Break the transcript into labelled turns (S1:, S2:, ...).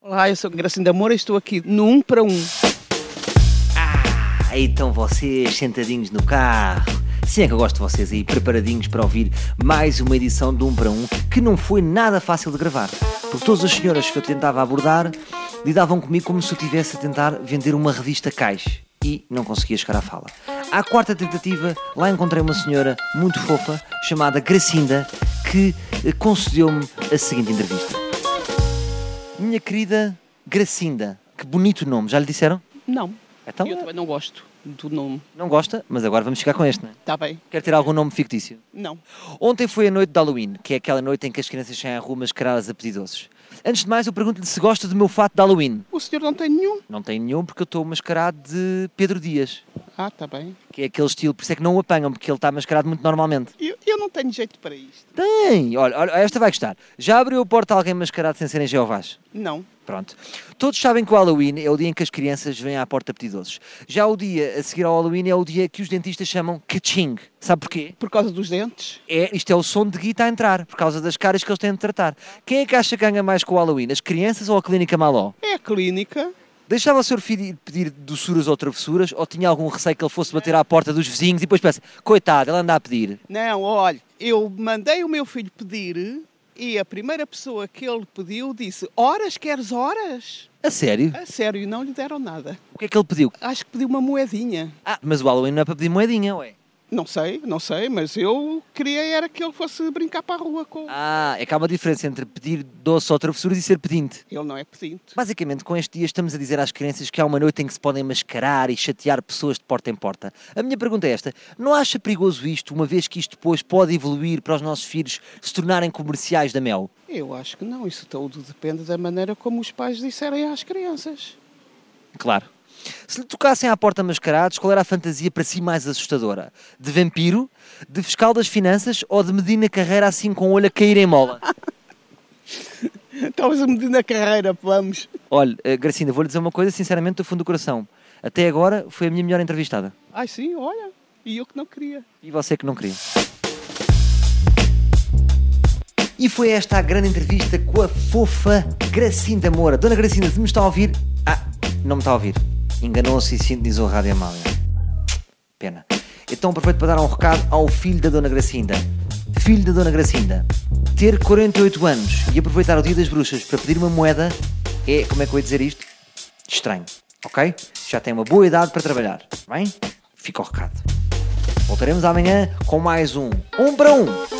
S1: Olá, eu sou Gracinda Moura e estou aqui no 1 para 1.
S2: Ah, então vocês sentadinhos no carro. Sim, é que eu gosto de vocês aí, preparadinhos para ouvir mais uma edição do 1 para 1 que não foi nada fácil de gravar. Porque todas as senhoras que eu tentava abordar lidavam comigo como se eu estivesse a tentar vender uma revista caixa e não conseguia chegar à fala. À quarta tentativa, lá encontrei uma senhora muito fofa chamada Gracinda que eh, concedeu-me a seguinte entrevista. Minha querida Gracinda, que bonito nome, já lhe disseram?
S1: Não,
S2: Então,
S1: eu também não gosto do nome.
S2: não gosta, mas agora vamos chegar com este, não é?
S1: Está Tá bem?
S2: Quer ter algum nome fictício?
S1: Não.
S2: Ontem foi a noite de Halloween, que é aquela noite em que as crianças saem à rua mascaradas a pedir doces. Antes de mais, eu pergunto-lhe se gosta do meu fato de Halloween.
S1: O senhor não tem nenhum.
S2: Não tem nenhum, porque eu estou mascarado de Pedro Dias,
S1: Ah, está bem.
S2: que é aquele estilo, por isso é que não o apanham, porque ele está mascarado muito normalmente.
S1: Eu, eu não tenho jeito para isto.
S2: Tem! Olha, olha, esta vai gostar. Já abriu a porta a alguém mascarado sem serem Jeovás?
S1: Não.
S2: Pronto. Todos sabem que o Halloween é o dia em que as crianças vêm à porta pedir doces. Já o dia a seguir ao Halloween é o dia que os dentistas chamam Kaching. Sabe porquê?
S1: Por causa dos dentes?
S2: É, isto é o som de guita a entrar, por causa das caras que eles têm de tratar. Quem é que acha que ganha mais com o Halloween? As crianças ou a clínica Maló?
S1: É a clínica.
S2: Deixava o seu filho ir pedir doçuras ou travessuras ou tinha algum receio que ele fosse bater à porta dos vizinhos e depois pensa, coitado, ele anda a pedir.
S1: Não, olha, eu mandei o meu filho pedir e a primeira pessoa que ele pediu disse: Horas, queres horas?
S2: A sério?
S1: A sério, não lhe deram nada.
S2: O que é que ele pediu?
S1: Acho que pediu uma moedinha.
S2: Ah, mas o Halloween não é para pedir moedinha, ué.
S1: Não sei, não sei, mas eu queria era que ele fosse brincar para a rua com.
S2: Ah, é que há uma diferença entre pedir doce ou travessuras e ser pedinte.
S1: Ele não é pedinte.
S2: Basicamente, com este dia estamos a dizer às crianças que há uma noite em que se podem mascarar e chatear pessoas de porta em porta. A minha pergunta é esta: não acha perigoso isto, uma vez que isto depois pode evoluir para os nossos filhos se tornarem comerciais da mel?
S1: Eu acho que não, isso tudo depende da maneira como os pais disserem às crianças.
S2: Claro. Se lhe tocassem à porta mascarados, qual era a fantasia para si mais assustadora? De vampiro, de fiscal das finanças ou de Medina Carreira assim com o olho a cair em mola?
S1: Estavas a medir na carreira, vamos.
S2: Olha, eh, Gracinda, vou-lhe dizer uma coisa sinceramente do fundo do coração. Até agora foi a minha melhor entrevistada.
S1: Ai sim, olha, e eu que não queria.
S2: E você que não queria. E foi esta a grande entrevista com a fofa Gracinda Moura. Dona Gracinda, se me está a ouvir. Ah, não me está a ouvir. Enganou-se e sintonizou a Rádio Amália. Pena. Então aproveito para dar um recado ao filho da Dona Gracinda. Filho da Dona Gracinda, ter 48 anos e aproveitar o Dia das Bruxas para pedir uma moeda é, como é que eu ia dizer isto? Estranho, ok? Já tem uma boa idade para trabalhar, tá bem? Fica o recado. Voltaremos amanhã com mais um. Um para um!